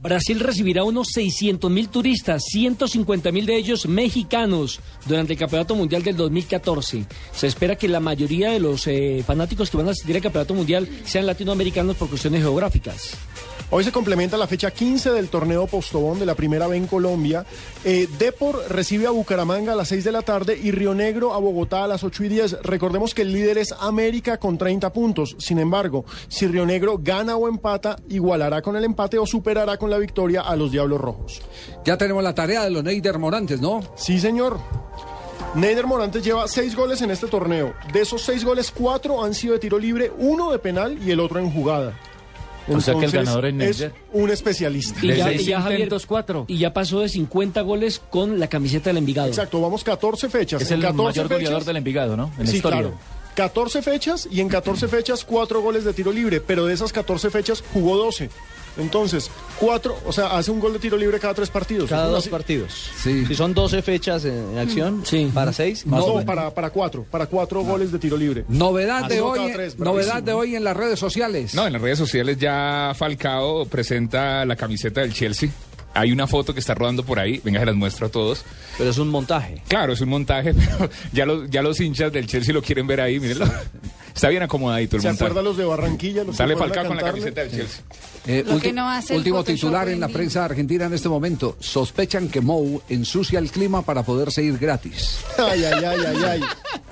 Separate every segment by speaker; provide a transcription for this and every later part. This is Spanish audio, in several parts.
Speaker 1: Brasil recibirá unos 600 mil turistas, 150 mil de ellos mexicanos, durante el Campeonato Mundial del 2014. Se espera que la mayoría de los eh, fanáticos que van a asistir al Campeonato Mundial sean latinoamericanos por cuestiones geográficas.
Speaker 2: Hoy se complementa la fecha 15 del torneo Postobón de la Primera B en Colombia. Eh, Depor recibe a Bucaramanga a las 6 de la tarde y Río Negro a Bogotá a las 8 y 10. Recordemos que el líder es América con 30 puntos. Sin embargo, si Río Negro gana o empata, igualará con el empate o superará con la victoria a los Diablos Rojos.
Speaker 3: Ya tenemos la tarea de los Neider Morantes, ¿no?
Speaker 2: Sí, señor. Neider Morantes lleva seis goles en este torneo. De esos seis goles, cuatro han sido de tiro libre, uno de penal y el otro en jugada.
Speaker 4: O sea que el
Speaker 2: Entonces,
Speaker 4: ganador es Neider.
Speaker 2: un especialista.
Speaker 4: De
Speaker 1: Y ya-
Speaker 4: seis
Speaker 1: y ya, Javier-
Speaker 4: intentos, cuatro.
Speaker 1: Y ya pasó de 50 goles con la camiseta del Envigado.
Speaker 2: Exacto, vamos 14 fechas.
Speaker 4: Es
Speaker 2: En
Speaker 4: el
Speaker 2: 14
Speaker 4: mayor goleador
Speaker 2: fechas-
Speaker 4: del Envigado, ¿no? En la
Speaker 2: sí,
Speaker 4: historia.
Speaker 2: claro. 14 fechas y en 14 fechas 4 goles de tiro libre, pero de esas 14 fechas jugó 12. Entonces, 4, o sea, hace un gol de tiro libre cada 3 partidos.
Speaker 5: Cada dos
Speaker 2: Así-
Speaker 5: partidos.
Speaker 3: Sí.
Speaker 5: Si son 12 fechas en, en acción,
Speaker 1: Sí.
Speaker 5: para 6,
Speaker 2: No, para, para 4, para 4 goles de tiro libre.
Speaker 3: Novedad
Speaker 2: Ah,
Speaker 3: de
Speaker 2: no,
Speaker 3: hoy,
Speaker 2: cada tres,
Speaker 3: novedad
Speaker 2: bravísimo.
Speaker 3: de hoy en las redes sociales.
Speaker 6: No, en las redes sociales ya Falcao presenta la camiseta del Chelsea. Hay una foto que está rodando por ahí. Venga, se las muestro a todos.
Speaker 5: pero es un montaje.
Speaker 6: Claro, es un montaje, pero ya los, ya los hinchas del Chelsea lo quieren ver ahí. Mírenlo. Está bien acomodadito el
Speaker 2: ¿Se
Speaker 6: montaje.
Speaker 2: acuerdan los de Barranquilla? Los que
Speaker 6: Sale
Speaker 2: fueron a
Speaker 6: Falcao con la
Speaker 2: cantarle?
Speaker 6: camiseta del Chelsea.
Speaker 3: Eh,
Speaker 7: Lo
Speaker 3: ulti-
Speaker 7: que no hace el
Speaker 3: último
Speaker 7: Photoshop
Speaker 3: titular
Speaker 7: hoy en
Speaker 3: en la
Speaker 7: día.
Speaker 3: prensa argentina en este momento. Sospechan que Mou ensucia el clima para poderse ir gratis.
Speaker 2: Ay, ay, ay, ay, ay.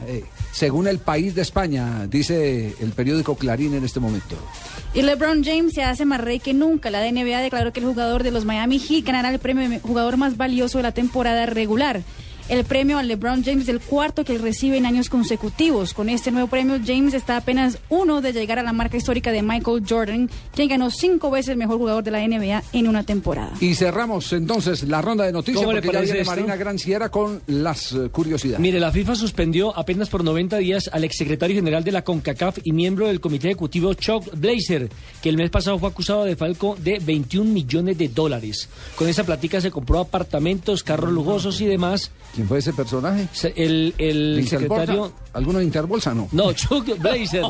Speaker 3: Eh, según el país de España, dice el periódico Clarín en este momento.
Speaker 8: Y LeBron James se hace más rey que nunca. La NBA declaró que el jugador de los Miami Heat ganará el premio de jugador más valioso de la temporada regular. El premio a LeBron James es el cuarto que él recibe en años consecutivos. Con este nuevo premio, James está a apenas uno de llegar a la marca histórica de Michael Jordan, quien ganó cinco veces el mejor jugador de la NBA en una temporada.
Speaker 3: Y cerramos entonces la ronda de noticias
Speaker 1: ¿Cómo le
Speaker 3: porque ya
Speaker 1: parece
Speaker 3: viene
Speaker 1: esto?
Speaker 3: Marina Gran Sierra con las eh, curiosidades.
Speaker 1: Mire, la FIFA suspendió apenas por 90 días al exsecretario general de la CONCACAF y miembro del comité ejecutivo Chuck Blazer, que el mes pasado fue acusado de falco de 21 millones de dólares. Con esa platica se compró apartamentos, carros lujosos y demás.
Speaker 3: ¿Quién fue ese personaje?
Speaker 1: Se- El, el
Speaker 3: ¿Interbolsa?
Speaker 1: secretario...
Speaker 3: ¿Alguno de Interbolsa? No.
Speaker 1: No, Chuck Blazer,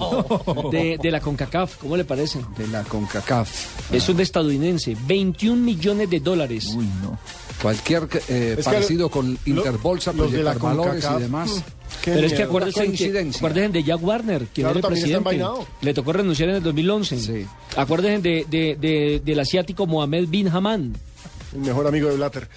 Speaker 1: de, de la CONCACAF, ¿cómo le parece?
Speaker 3: De la CONCACAF.
Speaker 1: Es un estadounidense, 21 millones de dólares.
Speaker 3: Cualquier
Speaker 2: Es
Speaker 3: eh,
Speaker 2: que
Speaker 3: parecido
Speaker 2: lo-
Speaker 3: con Interbolsa,
Speaker 2: los de la
Speaker 3: proyectar valores
Speaker 2: CONCACAF. Mm,
Speaker 3: y demás.
Speaker 2: Qué
Speaker 1: Pero es que
Speaker 2: miedo.
Speaker 1: acuérdense, en que,
Speaker 3: coincidencia.
Speaker 1: acuérdense de Jack Warner, quien
Speaker 2: Claro,
Speaker 1: era el
Speaker 2: también está
Speaker 1: presidente.
Speaker 2: envainado.
Speaker 1: Le tocó renunciar en el 2011.
Speaker 3: Sí.
Speaker 1: Acuérdense de, de- de- del asiático Mohamed Bin Haman.
Speaker 2: El mejor amigo de Blatter.